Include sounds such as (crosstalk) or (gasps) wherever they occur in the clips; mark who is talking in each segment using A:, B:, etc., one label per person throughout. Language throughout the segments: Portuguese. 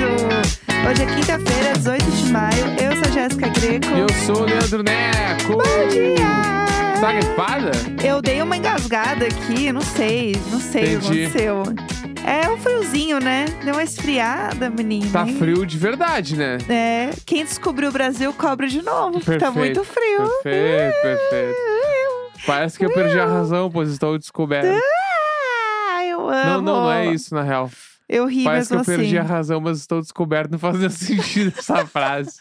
A: um Hoje é quinta-feira, 18 de maio. Eu sou a Jéssica Greco.
B: Eu sou o Leandro Neco.
A: Bom dia!
B: Tá gripada?
A: Eu dei uma engasgada aqui, não sei, não sei
B: Entendi.
A: o que aconteceu. É um friozinho, né? Deu uma esfriada, menina.
B: Tá frio de verdade, né?
A: É, quem descobriu o Brasil cobre de novo, porque tá
B: Perfeito,
A: muito frio.
B: perfeito, perfeito. Parece que eu perdi a razão, pois estou descoberto.
A: Ah, eu
B: Não,
A: amo.
B: não, não é isso, na real.
A: Eu ri
B: Parece que eu
A: mesmo
B: perdi a
A: assim.
B: razão, mas estou descoberto. Não fazia (laughs) sentido essa frase.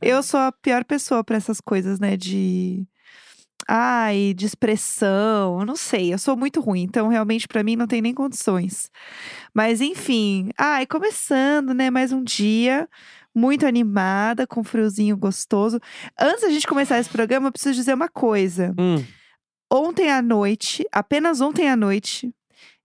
A: Eu sou a pior pessoa pra essas coisas, né? De. Ai, de expressão, eu não sei, eu sou muito ruim, então realmente pra mim não tem nem condições. Mas enfim, ai, começando, né? Mais um dia, muito animada, com um friozinho gostoso. Antes da gente começar esse programa, eu preciso dizer uma coisa.
B: Hum, (laughs)
A: Ontem à noite, apenas ontem à noite,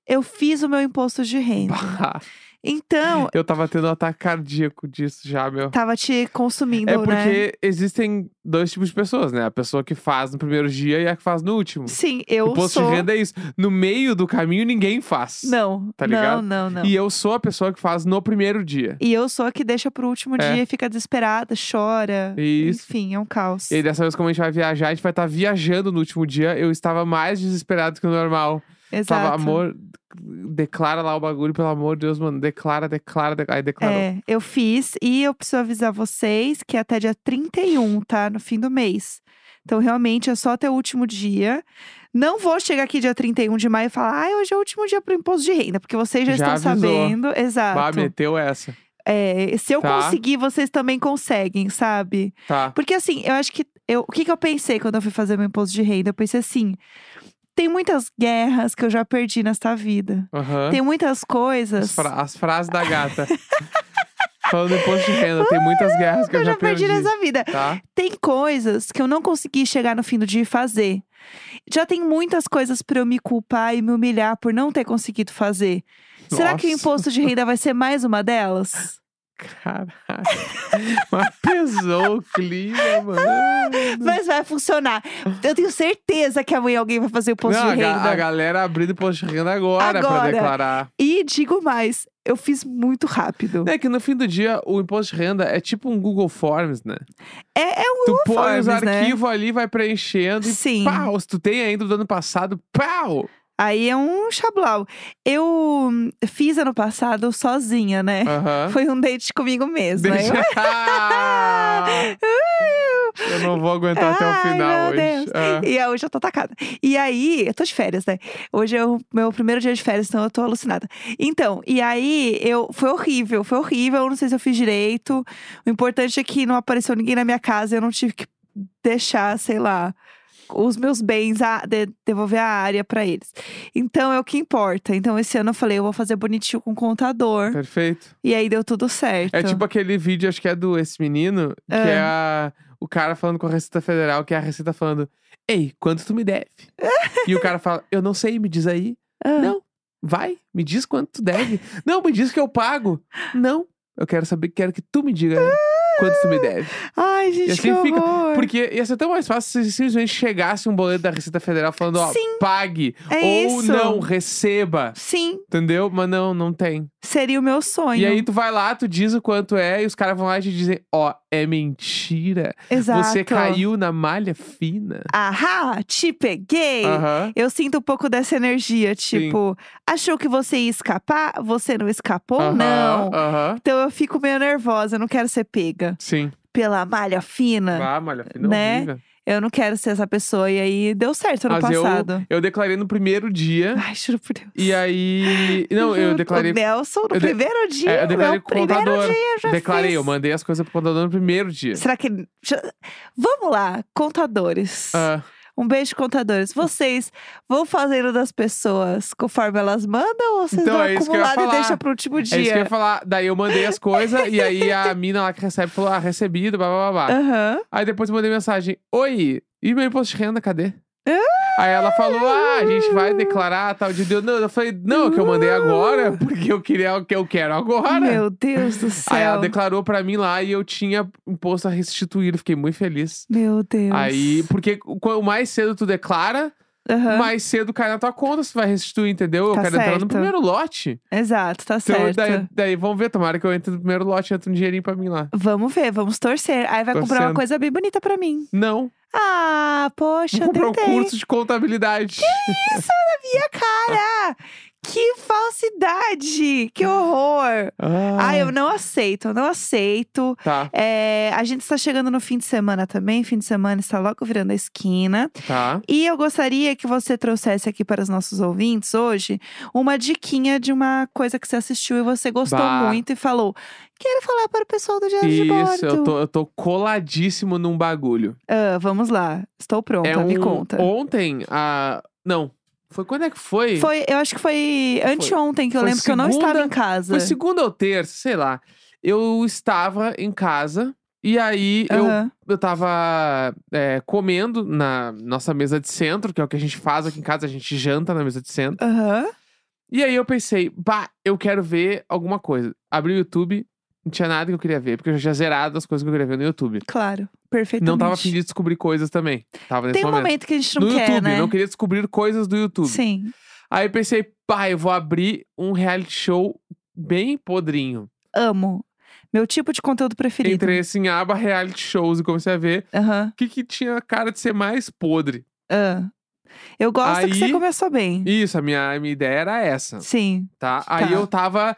A: eu fiz o meu imposto de renda.
B: pá. (laughs)
A: Então,
B: eu tava tendo um ataque cardíaco disso já, meu.
A: tava te consumindo,
B: É
A: né?
B: porque existem dois tipos de pessoas, né? A pessoa que faz no primeiro dia e a que faz no último.
A: Sim, eu
B: Imposto
A: sou.
B: de renda é isso. No meio do caminho, ninguém faz.
A: Não,
B: Tá ligado?
A: não, não, não.
B: E eu sou a pessoa que faz no primeiro dia.
A: E eu sou a que deixa pro último
B: É.
A: dia, fica desesperada, chora.
B: Isso.
A: Enfim, é um caos.
B: E aí, dessa vez, como a gente vai viajar, a gente vai estar viajando no último dia. Eu estava mais desesperado que o normal.
A: Exato.
B: Tava, amor, declara lá o bagulho, pelo amor de Deus, mano. Declara, declara, declara. Aí declarou.
A: É, eu fiz e eu preciso avisar vocês que é até dia 31, tá? No fim do mês. Então, realmente, é só até o último dia. Não vou chegar aqui dia 31 de maio e falar, ah, hoje é o último dia pro imposto de renda, porque vocês já,
B: Já
A: estão
B: avisou.
A: sabendo.
B: Bah,
A: Exato.
B: meteu essa.
A: É, se eu
B: Tá.
A: conseguir, vocês também conseguem, sabe?
B: Tá.
A: Porque assim, eu acho que. Eu, o que, que eu pensei quando eu fui fazer meu imposto de renda? Eu pensei assim: tem muitas guerras que eu já perdi nesta vida.
B: Aham.
A: Tem muitas
B: As,
A: coisas
B: fra- as frases da gata. (laughs) Falando em imposto de renda, tem muitas guerras
A: que eu já perdi nessa vida.
B: Tá?
A: Tem coisas que eu não consegui chegar no fim do dia e fazer. Já tem muitas coisas pra eu me culpar e me humilhar por não ter conseguido fazer. Será que o
B: Nossa.
A: imposto de renda vai ser mais uma delas?
B: Caralho. Mas pesou o clima, mano.
A: Mas vai funcionar. Eu tenho certeza que amanhã alguém vai fazer o imposto
B: Não,
A: de
B: a ga-
A: renda.
B: A galera abrindo imposto de renda agora, pra
A: Agora.
B: declarar.
A: E digo mais, eu fiz muito rápido.
B: É que no fim do dia, o imposto de renda é tipo um Google Forms, né?
A: É, é um
B: tu põe os
A: Forms, né?
B: arquivos ali, vai preenchendo e
A: Sim.
B: pau. Se tu tem ainda do ano passado, pau!
A: Aí é um chablau. Eu hum, fiz ano passado sozinha, né? (laughs)
B: Aham.
A: Foi um date comigo mesma.
B: Deixa...
A: (laughs)
B: (laughs)
A: Eu-
B: eu não vou (laughs) aguentar Tá até o
A: Ai,
B: final
A: meu
B: hoje.
A: Deus.
B: Ah.
A: E aí, hoje eu tô atacada. E aí, eu tô de férias, né? Hoje é o meu primeiro dia de férias, então eu tô alucinada. Então, e aí, eu foi horrível, foi horrível. Eu não sei se eu fiz direito. O importante é que não apareceu ninguém na minha casa e eu não tive que deixar, sei lá, os meus bens, a, de- devolver a área pra eles. Então, é o que importa. Então, esse ano eu falei, eu vou fazer bonitinho com o contador.
B: Perfeito.
A: E aí, deu tudo certo.
B: É tipo aquele vídeo, acho que é do esse menino, que
A: Então. Ah.
B: é a- o cara falando com a Receita Federal, que é a Receita falando: Ei, quanto tu
A: (laughs)
B: me deve? e o cara fala: Eu não sei, me diz aí.
A: Ah.
B: Não, vai, me diz quanto tu deve. Não, me diz que eu pago. Não, eu quero saber, quero que tu me diga quanto tu me deve.
A: Ai,
B: E
A: gente,
B: assim
A: que
B: fica,
A: horror.
B: Porque ia ser tão mais fácil se simplesmente chegasse um boleto da Receita Federal falando, ó,
A: Sim.
B: pague.
A: É
B: ou
A: isso.
B: não, receba.
A: Sim,
B: Entendeu? Mas não, não tem.
A: seria o meu sonho.
B: E aí tu vai lá, tu diz o quanto é, e os caras vão lá e te dizem, ó, é mentira.
A: Exato.
B: Você caiu na malha fina.
A: Ahá, te peguei.
B: Aham.
A: Eu sinto um pouco dessa energia, tipo, achou que você ia escapar? Você não escapou?
B: aham,
A: Não.
B: Aham.
A: Então eu fico meio nervosa, eu não quero ser pega
B: Sim.
A: pela malha fina.
B: Ah, malha fina
A: Né?
B: horrível.
A: Eu não quero ser essa pessoa. E aí deu certo ano
B: Mas eu-
A: passado.
B: Eu declarei no primeiro dia.
A: Ai, juro por Deus.
B: E aí. Não, eu
A: Juro,
B: declarei.
A: O Nelson, no
B: eu de- É,
A: primeiro dia.
B: eu declarei
A: meu
B: com o contador.
A: Primeiro dia eu já
B: declarei,
A: fiz.
B: eu mandei as coisas pro contador no primeiro dia.
A: Será que. ele- já- Vamos lá, contadores.
B: Ah,
A: Um beijo, contadores.
B: Hum.
A: Vocês vão fazendo das pessoas conforme elas mandam ou vocês
B: Então,
A: dão
B: é isso que eu ia
A: acumulado e
B: falar.
A: deixam pro último
B: é isso que eu ia
A: dia?
B: falar. Daí eu mandei as coisas e aí
A: (laughs)
B: a mina lá que recebe falou: ah, recebido, blá blá blá blá.
A: Aham.
B: Aí depois eu mandei mensagem: Oi, e meu imposto de renda, cadê? Aí ela falou: Ah, a gente vai declarar tal de Deus. Não, eu falei: Não, que eu mandei agora, porque eu queria o que eu quero agora.
A: Meu Deus do
B: Aí ela
A: céu.
B: declarou pra mim lá e eu tinha imposto a restituir. Fiquei muito feliz.
A: Meu Deus.
B: Aí, porque qu- o mais cedo tu declara,
A: Aham.
B: mais cedo cai na tua conta, você vai restituir, entendeu?
A: Tá
B: eu quero entrar no
A: certo.
B: primeiro lote.
A: Exato, tá
B: Então,
A: certo.
B: Daí, daí vamos ver, tomara que eu entre no primeiro lote, entra um dinheirinho pra mim lá.
A: Vamos ver, vamos torcer. Aí vai comprar uma
B: Torcendo.
A: coisa bem bonita pra mim.
B: Não,
A: Ah, poxa,
B: vou comprar um
A: tentei.
B: curso de contabilidade.
A: Minha cara! Que falsidade! Que horror!
B: Ah,
A: Ah, eu não aceito, eu não aceito.
B: Tá,
A: É, a gente está chegando no fim de semana também. Fim de semana está logo virando a esquina.
B: tá.
A: E eu gostaria que você trouxesse aqui para os nossos ouvintes hoje uma diquinha de uma coisa que você assistiu e você gostou
B: Bah.
A: muito e falou: Quero falar para o pessoal do Diário de Bordo.
B: Isso, eu tô, eu tô coladíssimo num bagulho.
A: Ah, vamos lá, estou pronta,
B: é um...
A: me conta.
B: Ontem, a... Não, foi quando é que foi?
A: Foi, eu acho que foi anteontem que eu
B: Foi
A: lembro que eu não estava
B: segunda-
A: em casa.
B: Foi segunda ou terça, sei lá. Eu estava em casa e aí eu
A: Aham.
B: eu tava é, comendo na nossa mesa de centro, que é o que a gente faz aqui em casa, a gente janta na mesa de centro.
A: Aham.
B: E aí eu pensei, bah, eu quero ver alguma coisa. Abri o YouTube, não tinha nada que eu queria ver, porque eu já tinha zerado as coisas que eu queria ver no YouTube.
A: Claro, perfeitamente.
B: Não tava afim de descobrir coisas também. Tava nesse
A: um Tem um
B: momento.
A: momento que a gente não
B: no
A: quer,
B: YouTube,
A: né?
B: não queria descobrir coisas do YouTube.
A: Sim.
B: Aí eu pensei, pá, eu vou abrir um reality show bem podrinho.
A: Amo. Meu tipo de conteúdo preferido.
B: Entrei assim, em aba reality shows e comecei a ver
A: Aham.
B: o que, que tinha cara de ser mais podre.
A: ah. Eu gosto que você
B: Aí-
A: começou bem.
B: Isso, a minha, a minha ideia era essa,
A: Sim.
B: tá? Aí
A: Tá.
B: eu tava.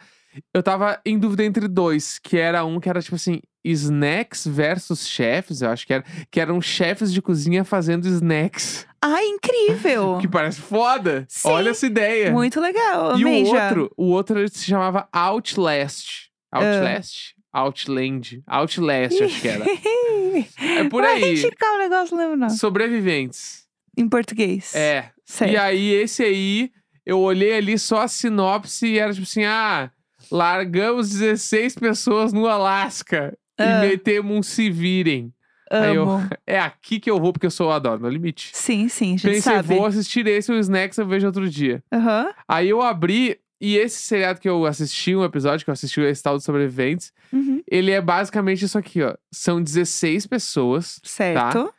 B: Eu tava em dúvida entre dois, que era um que era tipo assim, snacks versus chefs, eu acho que era, que eram chefes de cozinha fazendo snacks.
A: Ah, incrível!
B: (laughs) Que parece foda.
A: Sim.
B: Olha essa ideia.
A: Muito legal.
B: e
A: Amei
B: o
A: já.
B: outro, o outro se chamava Outlast.
A: Ah.
B: Outlast? Outland. Outlast, acho que
A: (laughs)
B: era. É por
A: Vai
B: aí.
A: identificar o negócio, não lembro não.
B: Sobreviventes.
A: Em português.
B: É,
A: Certo.
B: E aí, esse aí, eu olhei ali só a sinopse e era tipo assim: ah, largamos 16 pessoas no Alasca
A: Ah.
B: e metemos um se virem. aí eu- (laughs)
A: Amo.
B: É aqui que eu vou, porque eu sou eu adoro, no limite.
A: Sim, sim, a gente
B: Pensei,
A: sabe.
B: vou assistir esse, o Snacks eu vejo outro dia.
A: Aham.
B: Aí eu abri, e esse seriado que eu assisti, um episódio que eu assisti, esse tal dos sobreviventes,
A: Uhum.
B: ele é basicamente isso aqui, ó. São 16 pessoas
A: Certo.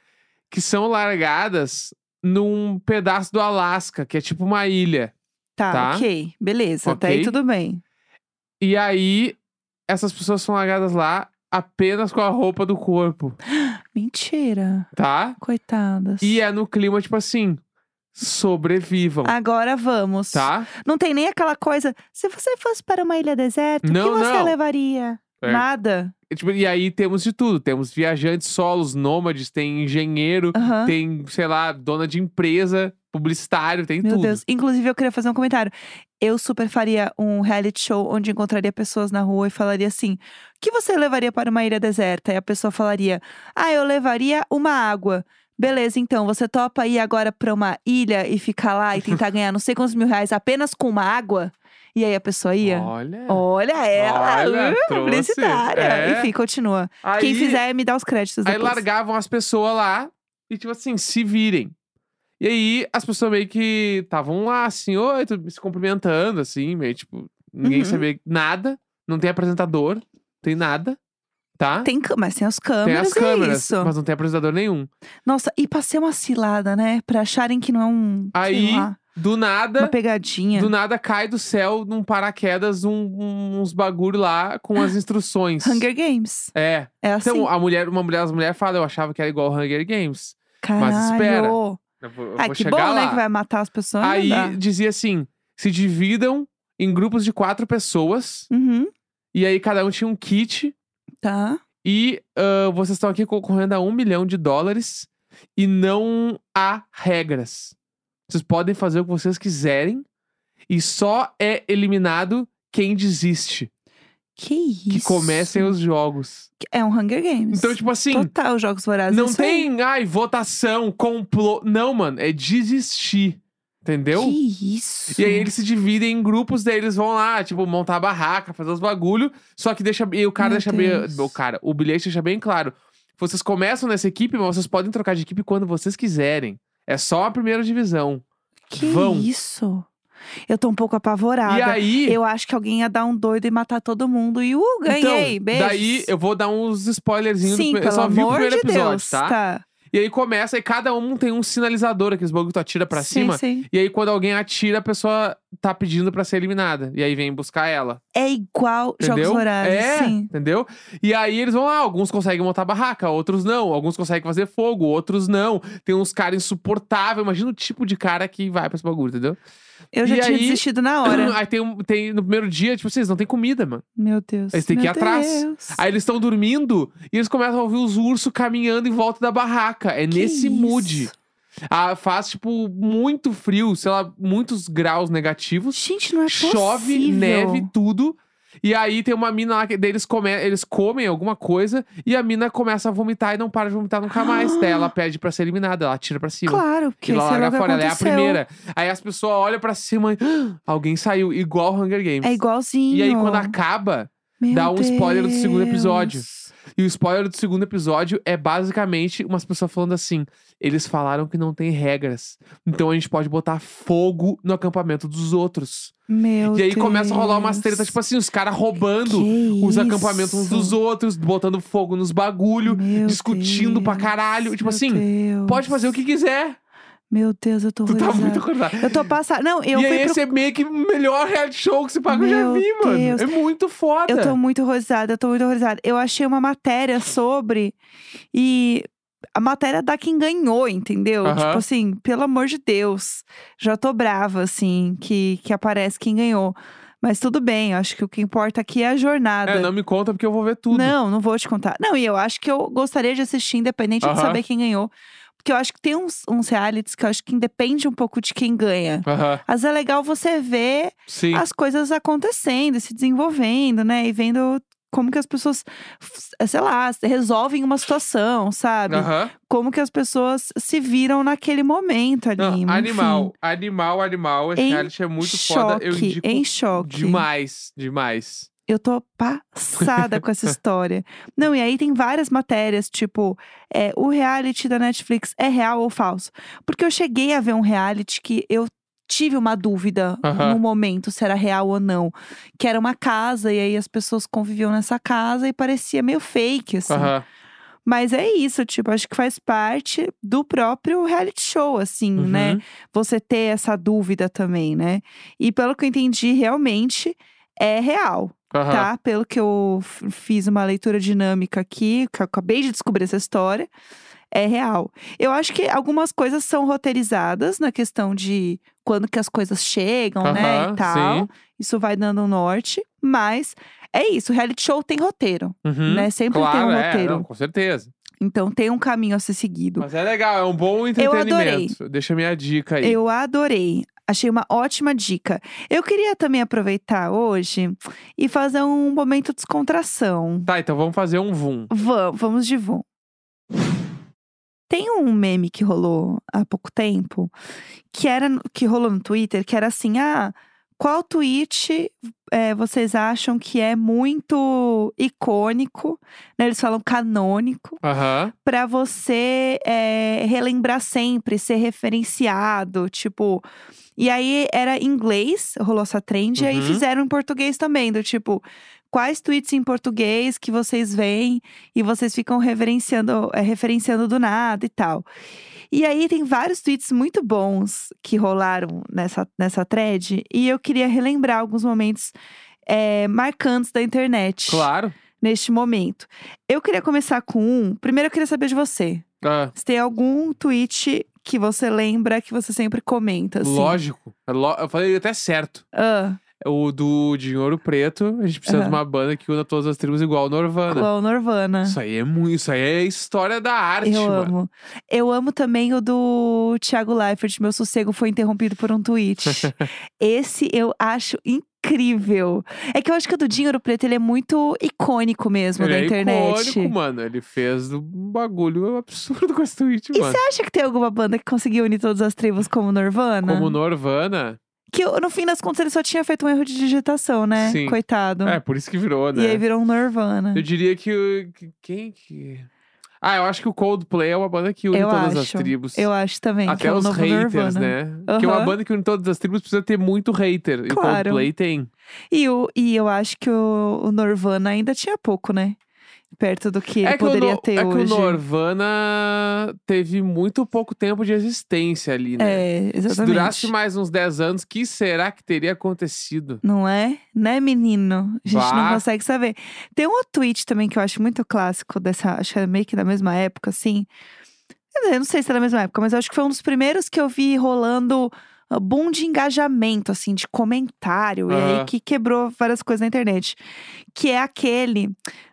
B: que são largadas num pedaço do Alasca, que é tipo uma ilha.
A: Tá,
B: Tá.
A: ok. Beleza. Até aí
B: Ok.
A: tudo bem.
B: E aí, essas pessoas são largadas lá apenas com a roupa do corpo,
A: Mentira.
B: tá?
A: Coitadas.
B: E é no clima, tipo assim, sobrevivam,
A: Agora vamos.
B: tá?
A: Não tem nem aquela coisa. Se você fosse para uma ilha deserta, o
B: Não,
A: que você
B: não.
A: levaria?
B: É.
A: Nada.
B: E, tipo, e aí temos de tudo. Temos viajantes, solos, nômades, tem engenheiro,
A: Aham.
B: tem, sei lá, dona de empresa, publicitário, tem
A: Meu
B: tudo.
A: Deus. Inclusive, eu queria fazer um comentário. Eu super faria um reality show onde encontraria pessoas na rua e falaria assim: o que você levaria para uma ilha deserta? E a pessoa falaria: ah, eu levaria uma água. Beleza, então, você topa ir agora para uma ilha e ficar lá e tentar ganhar não sei quantos mil reais apenas com uma água? E aí a pessoa ia.
B: Olha.
A: Olha ela!
B: Olha,
A: uh,
B: trouxe.
A: publicitária!
B: É.
A: Enfim, continua.
B: aí,
A: Quem fizer me dá os créditos
B: Aí
A: depois.
B: largavam as pessoas lá e, tipo assim, se virem. E aí as pessoas meio que estavam lá, assim, oi, tudo- se cumprimentando, assim, meio tipo, ninguém
A: Uhum.
B: sabia nada, não tem apresentador, não tem nada, tá?
A: Tem, câ- mas tem as
B: Tem
A: câmeras,
B: as câmeras,
A: é isso.
B: mas não tem apresentador nenhum.
A: Nossa, e passei uma cilada, né? Pra acharem que não é um, sei
B: Aí,
A: lá,
B: Do
A: uma
B: nada,
A: pegadinha.
B: do nada cai do céu num paraquedas um- um- uns bagulho lá com as instruções.
A: Hunger Games.
B: É.
A: É assim.
B: Então, a mulher, uma mulher, as mulheres falam, eu achava que era igual Hunger Games.
A: Caralho.
B: espera, Eu vou, eu
A: Ai,
B: vou
A: que
B: chegar
A: bom,
B: lá.
A: né? Que vai matar as pessoas. não
B: Aí
A: Ah, dá.
B: dizia assim: se dividam em grupos de quatro pessoas.
A: Uhum,
B: E aí cada um tinha um kit.
A: tá.
B: E ah, vocês estão aqui concorrendo a um milhão de dólares. E não há regras. Vocês podem fazer o que vocês quiserem. E só é eliminado quem desiste.
A: Que isso.
B: Que comecem os jogos.
A: É um Hunger Games.
B: Então, tipo assim.
A: Total, Jogos Vorazes.
B: Não
A: isso aí.
B: tem, ai, votação, complô. Não, mano, é desistir. Entendeu?
A: Que isso.
B: E aí eles se dividem em grupos, daí eles vão lá, tipo, montar a barraca, fazer os bagulho. Só que deixa. E o cara
A: Meu
B: deixa
A: Deus.
B: bem. O cara, o bilhete deixa bem claro. Vocês começam nessa equipe, mas vocês podem trocar de equipe quando vocês quiserem. É só a primeira divisão.
A: Que
B: vão.
A: isso. Eu tô um pouco apavorada.
B: E aí.
A: Eu acho que alguém ia dar um doido e matar todo mundo. E, uh,
B: então,
A: ganhei. Beijos.
B: Daí eu vou dar uns spoilerzinhos
A: Sim,
B: do primeiro.
A: pelo
B: Eu só vi o
A: amor
B: primeiro
A: de
B: episódio,
A: Deus.
B: tá? E aí começa, e cada um tem um sinalizador, aqueles bagulho que tu atira pra
A: sim,
B: cima.
A: Sim.
B: E aí, quando alguém atira, a pessoa tá pedindo pra ser eliminada. E aí vem buscar ela.
A: É igual
B: Entendeu?
A: Jogos Vorazes,
B: é,
A: sim.
B: entendeu? E aí eles vão lá, alguns conseguem montar barraca, outros não. Alguns conseguem fazer fogo, outros não. Tem uns caras insuportáveis. Imagina o tipo de cara que vai pra esse bagulho, entendeu?
A: Eu já
B: E
A: tinha
B: aí-
A: desistido na hora.
B: (clears throat) Aí tem, um- tem no primeiro dia, tipo, vocês não tem comida, mano.
A: Meu Deus.
B: Eles têm que
A: Meu
B: ir atrás.
A: Deus.
B: Aí eles estão dormindo e eles começam a ouvir os ursos caminhando em volta da barraca. É
A: Que
B: nesse
A: isso?
B: mood. Ah, faz, tipo, muito frio, sei lá, muitos graus negativos.
A: Gente, não é
B: chove,
A: possível.
B: neve, tudo. E aí tem uma mina lá que deles come, eles comem alguma coisa e a mina começa a vomitar e não para de vomitar nunca mais. Daí
A: (gasps)
B: ela pede pra ser eliminada, ela tira pra cima.
A: Claro,
B: E
A: porque
B: ela
A: isso é
B: larga
A: o que
B: fora, ela é a
A: aconteceu.
B: primeira. Aí as pessoas olham pra cima e. (gasps) "Ah, alguém saiu, igual Hunger Games.
A: É igualzinho.
B: E aí quando acaba,
A: Meu
B: dá um spoiler do segundo episódio.
A: Deus.
B: e o spoiler do segundo episódio é basicamente umas pessoas falando assim: eles falaram que não tem regras, então a gente pode botar fogo no acampamento dos outros.
A: Meu
B: E aí começa a rolar umas
A: Deus.
B: tretas, tipo assim, os caras roubando
A: Que
B: os acampamentos uns
A: isso?
B: dos outros, botando fogo nos bagulho,
A: Meu
B: discutindo pra
A: Deus,
B: caralho. Tipo
A: meu
B: assim,
A: Deus.
B: pode fazer o que quiser.
A: Meu Deus, eu tô
B: Tu tá
A: horrorizada.
B: muito acordado.
A: é. Eu tô passada. Não, eu
B: e
A: fui
B: aí,
A: pro
B: esse é meio que o melhor reality show que esse bagulho já
A: Meu
B: vi, mano.
A: Deus.
B: É muito foda.
A: Eu tô muito horrorizada, eu tô muito horrorizada. Eu achei uma matéria sobre e a matéria dá quem ganhou, entendeu?
B: Aham.
A: Tipo assim, pelo amor de Deus. Já tô brava, assim, que, que aparece quem ganhou. Mas tudo bem, eu acho que o que importa aqui é a jornada.
B: É, não me conta porque eu vou ver tudo.
A: Não, não vou te contar. Não, e eu acho que eu gostaria de assistir, independente
B: Aham.
A: de saber quem ganhou. Porque eu acho que tem uns, uns realities que eu acho que independe um pouco de quem ganha.
B: Aham,
A: Mas é legal você ver
B: sim.
A: as coisas acontecendo, e se desenvolvendo, né? E vendo como que as pessoas, f- eh, sei lá, resolvem uma situação, sabe?
B: Aham.
A: Como que as pessoas se viram naquele momento ali.
B: Não,
A: enfim.
B: animal, animal, animal. Esse
A: Em
B: reality é muito foda.
A: choque,
B: Eu indico
A: em choque.
B: demais, demais.
A: Eu tô passada
B: (laughs)
A: com essa história. Não, e aí tem várias matérias, tipo, é, o reality da Netflix é real ou falso? Porque eu cheguei a ver um reality que eu tive uma dúvida
B: Aham.
A: no momento se era real ou não. Que era uma casa, e aí as pessoas conviviam nessa casa e parecia meio fake, assim.
B: Aham.
A: Mas é isso, tipo, acho que faz parte do próprio reality show, assim, né?
B: Uhum.
A: você ter essa dúvida também, né? E pelo que eu entendi, realmente é real,
B: Aham.
A: tá? Pelo que eu f- fiz uma leitura dinâmica aqui, que eu acabei de descobrir essa história, é real. Eu acho que algumas coisas são roteirizadas na questão de quando que as coisas chegam, né?
B: Aham,
A: E tal.
B: sim.
A: Isso vai dando um norte, mas é isso, reality show tem roteiro,
B: Uhum.
A: né? Sempre
B: claro,
A: tem um
B: é,
A: roteiro.
B: não, com certeza.
A: Então tem um caminho a ser seguido.
B: Mas é legal, é um bom
A: Eu adorei.
B: entretenimento. Deixa minha dica aí.
A: Eu adorei. Achei uma ótima dica. Eu queria também aproveitar hoje e fazer um momento de descontração.
B: Tá, então vamos fazer um vum.
A: Vamos, vamos de vum. Tem um meme que rolou há pouco tempo, que era no- que rolou no Twitter, que era assim: ah, qual tweet eh, vocês acham que é muito icônico? né? Eles falam canônico
B: Aham.
A: para você é, relembrar sempre, ser referenciado, tipo. E aí era em inglês, rolou essa trend, e aí
B: Uhum.
A: fizeram em português também, do tipo, quais tweets em português que vocês veem e vocês ficam reverenciando, é, referenciando do nada e tal. E aí tem vários tweets muito bons que rolaram nessa, nessa thread, e eu queria relembrar alguns momentos é, marcantes da internet
B: Claro.
A: neste momento. Eu queria começar com um. Primeiro, eu queria saber de você.
B: Ah,
A: Se tem algum tweet que você lembra que você sempre comenta, assim.
B: Lógico. É lo- Eu falei até certo.
A: Ah,
B: O do de Ouro Preto, a gente precisa de
A: Aham.
B: uma banda que una todas as tribos igual o Norvana.
A: Clown Norvana.
B: Isso aí é muito, isso aí é história da arte,
A: Eu
B: mano.
A: amo. Eu amo também o do Thiago Leifert. Meu sossego foi interrompido por um
B: (laughs)
A: tweet. Esse eu acho incrível. É que eu acho que o do Dinho Ouro Preto, ele é muito icônico mesmo
B: Ele
A: da
B: é
A: internet.
B: icônico, mano. Ele fez um bagulho absurdo com esse tweet,
A: E
B: mano.
A: você acha que tem alguma banda que conseguiu unir todas as tribos como Norvana?
B: Como Norvana.
A: Que eu- no fim das contas ele só tinha feito um erro de digitação, né?
B: Sim.
A: Coitado.
B: É, por isso que virou, né?
A: E aí virou um Nirvana.
B: Eu diria que, o- que- Quem que. Ah, eu acho que o Coldplay é uma banda que une
A: Eu
B: todas as
A: acho.
B: tribos.
A: Eu acho também. que
B: Até
A: é o
B: os
A: novo
B: haters,
A: Nirvana.
B: né? Porque uma
A: Aham.
B: banda que une todas as tribos precisa ter muito hater. E o
A: Claro.
B: Coldplay tem.
A: E, o, e eu acho que o, o Nirvana ainda tinha pouco, né? perto do que ele
B: é que, o
A: poderia
B: No-
A: ter
B: é que
A: hoje.
B: o Norvana teve muito pouco tempo de existência ali, né?
A: É,
B: Se
A: exatamente.
B: durasse mais uns 10 anos, que será que teria acontecido?
A: Não é? Né, menino? A gente
B: Bah.
A: não consegue saber. Tem um outro tweet também que eu acho muito clássico dessa. Acho que é meio que da mesma época, assim. Quer dizer, Eu não sei se é da mesma época, mas eu acho que foi um dos primeiros que eu vi rolando ah, boom de engajamento, assim, de comentário. E
B: Aham.
A: aí que quebrou várias coisas na internet. Que é aquele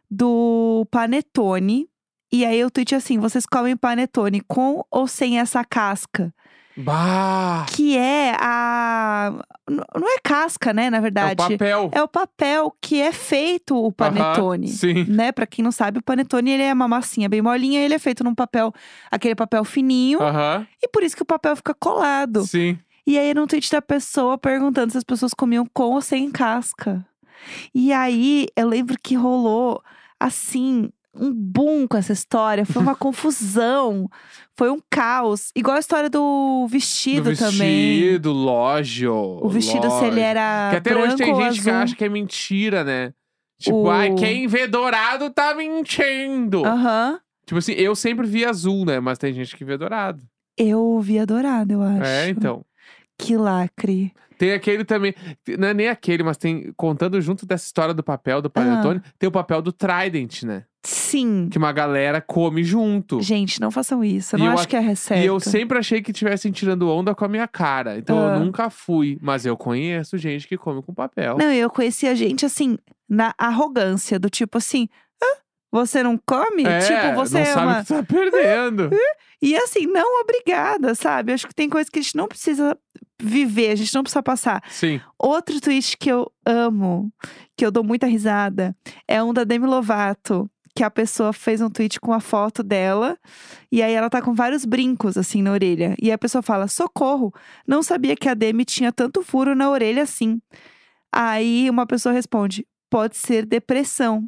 A: do Panetone. E aí o tweet é assim: vocês comem panetone com ou sem essa casca?
B: Bah!
A: Que é a. n- Não é casca, né, na
B: É o
A: verdade.
B: papel.
A: É o papel que é feito o panetone.
B: Aham, sim.
A: Né, pra quem não sabe, o panetone ele é uma massinha bem molinha, ele é feito num papel, aquele papel fininho,
B: Aham,
A: e por isso que o papel fica colado.
B: sim.
A: E aí era um tweet da pessoa perguntando se as pessoas comiam com ou sem casca. E aí eu lembro que rolou assim. Um boom com essa história, foi
B: (laughs)
A: uma confusão, foi um caos. Igual a história do
B: Do
A: vestido, também.
B: vestido, lojo.
A: O vestido, se ele era.
B: Que até
A: branco
B: hoje tem
A: ou
B: gente que
A: azul.
B: acha que é mentira, né? Tipo,
A: O- Ah.
B: ai, quem vê dourado tá mentindo.
A: Aham.
B: Tipo assim, eu sempre vi azul, né? Mas tem gente que vê dourado.
A: Eu vi Dourado, eu acho.
B: É, então.
A: Que lacre.
B: Tem aquele também. Não é nem aquele, mas tem. Contando junto dessa história do papel
A: Ah.
B: do Panetone, tem o papel do Trident, né?
A: Sim.
B: Que uma galera come junto.
A: Gente, não façam isso. Eu
B: E
A: não
B: eu
A: acho
B: ac-
A: que é receita.
B: E eu sempre achei que estivessem tirando onda com a minha cara. Então
A: Ah.
B: eu nunca fui. Mas eu conheço gente que come com papel.
A: Não, eu conhecia gente assim, na arrogância, do tipo assim. "Hã? Você não come?
B: é,
A: tipo, você
B: não
A: é
B: sabe
A: uma.
B: o que tá
A: (laughs)
B: perdendo.
A: E assim, não obrigada, sabe? Eu Acho que tem coisa que a gente não precisa viver, a gente não precisa passar.
B: Sim.
A: Outro tweet que eu amo, que eu dou muita risada, é um da Demi Lovato, que a pessoa fez um tweet com a foto dela, e aí ela tá com vários brincos assim na orelha. E a pessoa fala: "Socorro, não sabia que a Demi tinha tanto furo na orelha assim". Aí uma pessoa responde: "Pode ser depressão".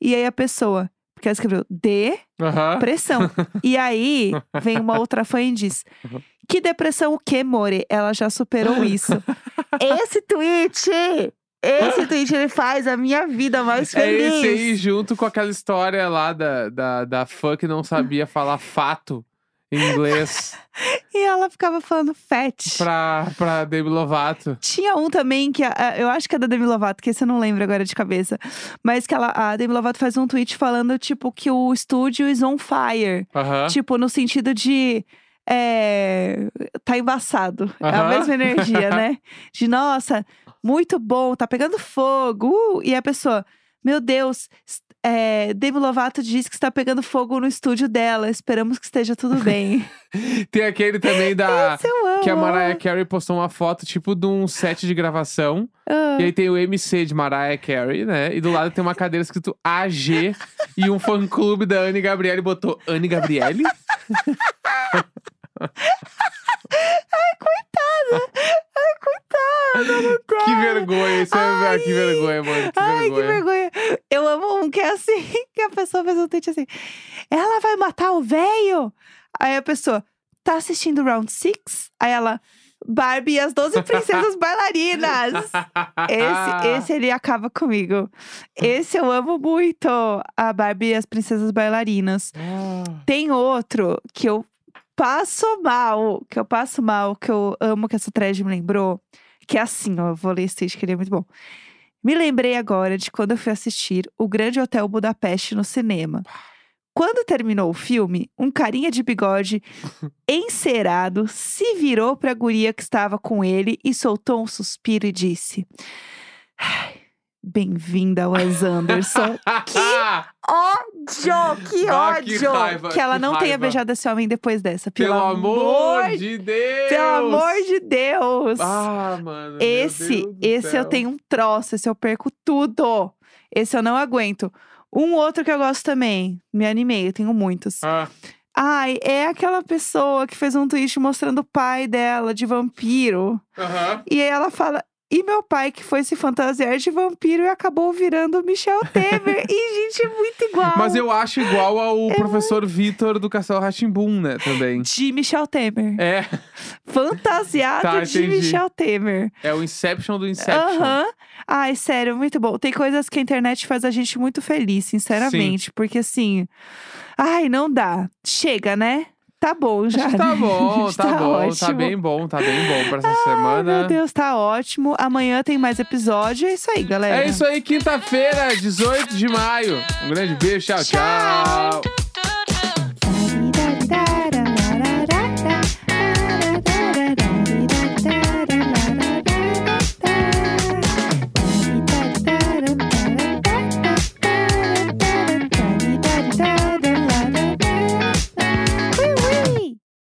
A: E aí a pessoa, porque ela escreveu D
B: Aham.
A: pressão. E aí vem uma outra fã e diz:
B: Uhum.
A: Que depressão o que, More? Ela já superou isso. Esse tweet! Esse tweet ele faz a minha vida mais
B: É esse aí,
A: feliz.
B: junto com aquela história lá da, da, da fã que não sabia falar fato em
A: (laughs)
B: inglês
A: e ela ficava falando fat.
B: pra, pra Demi Lovato.
A: Tinha um também que a- a- eu acho que é da Demi Lovato, que esse eu não lembro agora de cabeça. Mas que ela, a Demi Lovato faz um tweet falando, tipo, que o estúdio is on fire.
B: Aham.
A: Tipo, no sentido de. é, tá embaçado. É a
B: Aham.
A: mesma energia,
B: (laughs)
A: né? De nossa, muito bom, tá pegando fogo. uh! E a pessoa, meu Deus, s- é, Demi Lovato diz que está pegando fogo no estúdio dela. Esperamos que esteja tudo
B: (laughs)
A: bem.
B: Tem aquele também da.
A: Tipo Isso eu amo.
B: Que a Mariah Carey postou uma foto, tipo, de um set de gravação.
A: Ah.
B: E aí tem o MC de Mariah Carey, né? E do lado tem uma cadeira escrito AG e um fã-clube da Anne Gabriele botou Anne Gabriele? Que vergonha, isso é,
A: Ai.
B: que vergonha, mano.
A: (laughs)
B: Que
A: Ai, que vergonha.
B: vergonha.
A: Eu amo um que é assim, (laughs) que a pessoa fez um tweet assim. Ela vai matar o velho? Aí a pessoa, tá assistindo Round Six? Aí ela, Barbie e as 12 princesas bailarinas.
B: Ah.
A: Esse, esse ele acaba comigo. Esse eu amo muito. A Barbie e as princesas bailarinas.
B: Ah.
A: Tem outro que eu passo mal, que eu passo mal, que eu amo que essa thread me lembrou. Que é assim, ó, eu vou ler esse tweet que ele é muito bom. Me lembrei agora de quando eu fui assistir O Grande Hotel Budapeste no cinema. Quando terminou o filme, um carinha de bigode encerado se virou pra guria que estava com ele e soltou um suspiro e disse: "Ai, Bem-vinda, Wes Anderson.
B: (laughs)
A: ódio, que
B: Ah,
A: ódio.
B: que raiva,
A: ela
B: que
A: não tenha
B: raiva.
A: beijado esse homem depois dessa. Pelo,
B: Pelo amor de Deus!
A: Pelo amor de Deus.
B: Ah, mano. meu
A: esse,
B: Deus do
A: esse eu
B: céu.
A: tenho um troço, esse eu perco tudo. Esse eu não aguento. Um outro que eu gosto também, me animei, eu tenho muitos.
B: Ah,
A: Ai, é aquela pessoa que fez um tweet mostrando o pai dela de vampiro.
B: aham.
A: E aí ela fala: E meu pai, que foi se fantasiar de vampiro e acabou virando Michel
B: (laughs)
A: Temer. e, gente, é muito igual.
B: Mas eu acho igual ao professor Vitor do Castelo Ratimbum, né? Também.
A: De Michel Temer.
B: É,
A: Fantasiado
B: Tá,
A: de
B: entendi.
A: Michel Temer.
B: é o Inception do Inception.
A: Aham. Ai, sério, muito bom. Tem coisas que a internet faz a gente muito feliz, sinceramente. Porque assim. Ai, não dá. Chega, né? Tá bom já.
B: Acho que tá
A: né? (laughs)
B: bom,
A: Acho
B: tá,
A: que
B: bom, tá
A: ótimo.
B: bem bom, tá bem bom pra essa
A: Ai,
B: semana.
A: meu Deus, tá ótimo. Amanhã tem mais episódio. É isso aí, galera.
B: É isso aí, quinta-feira, 18 de maio. Um grande beijo, tchau.
A: Tchau.
B: tchau.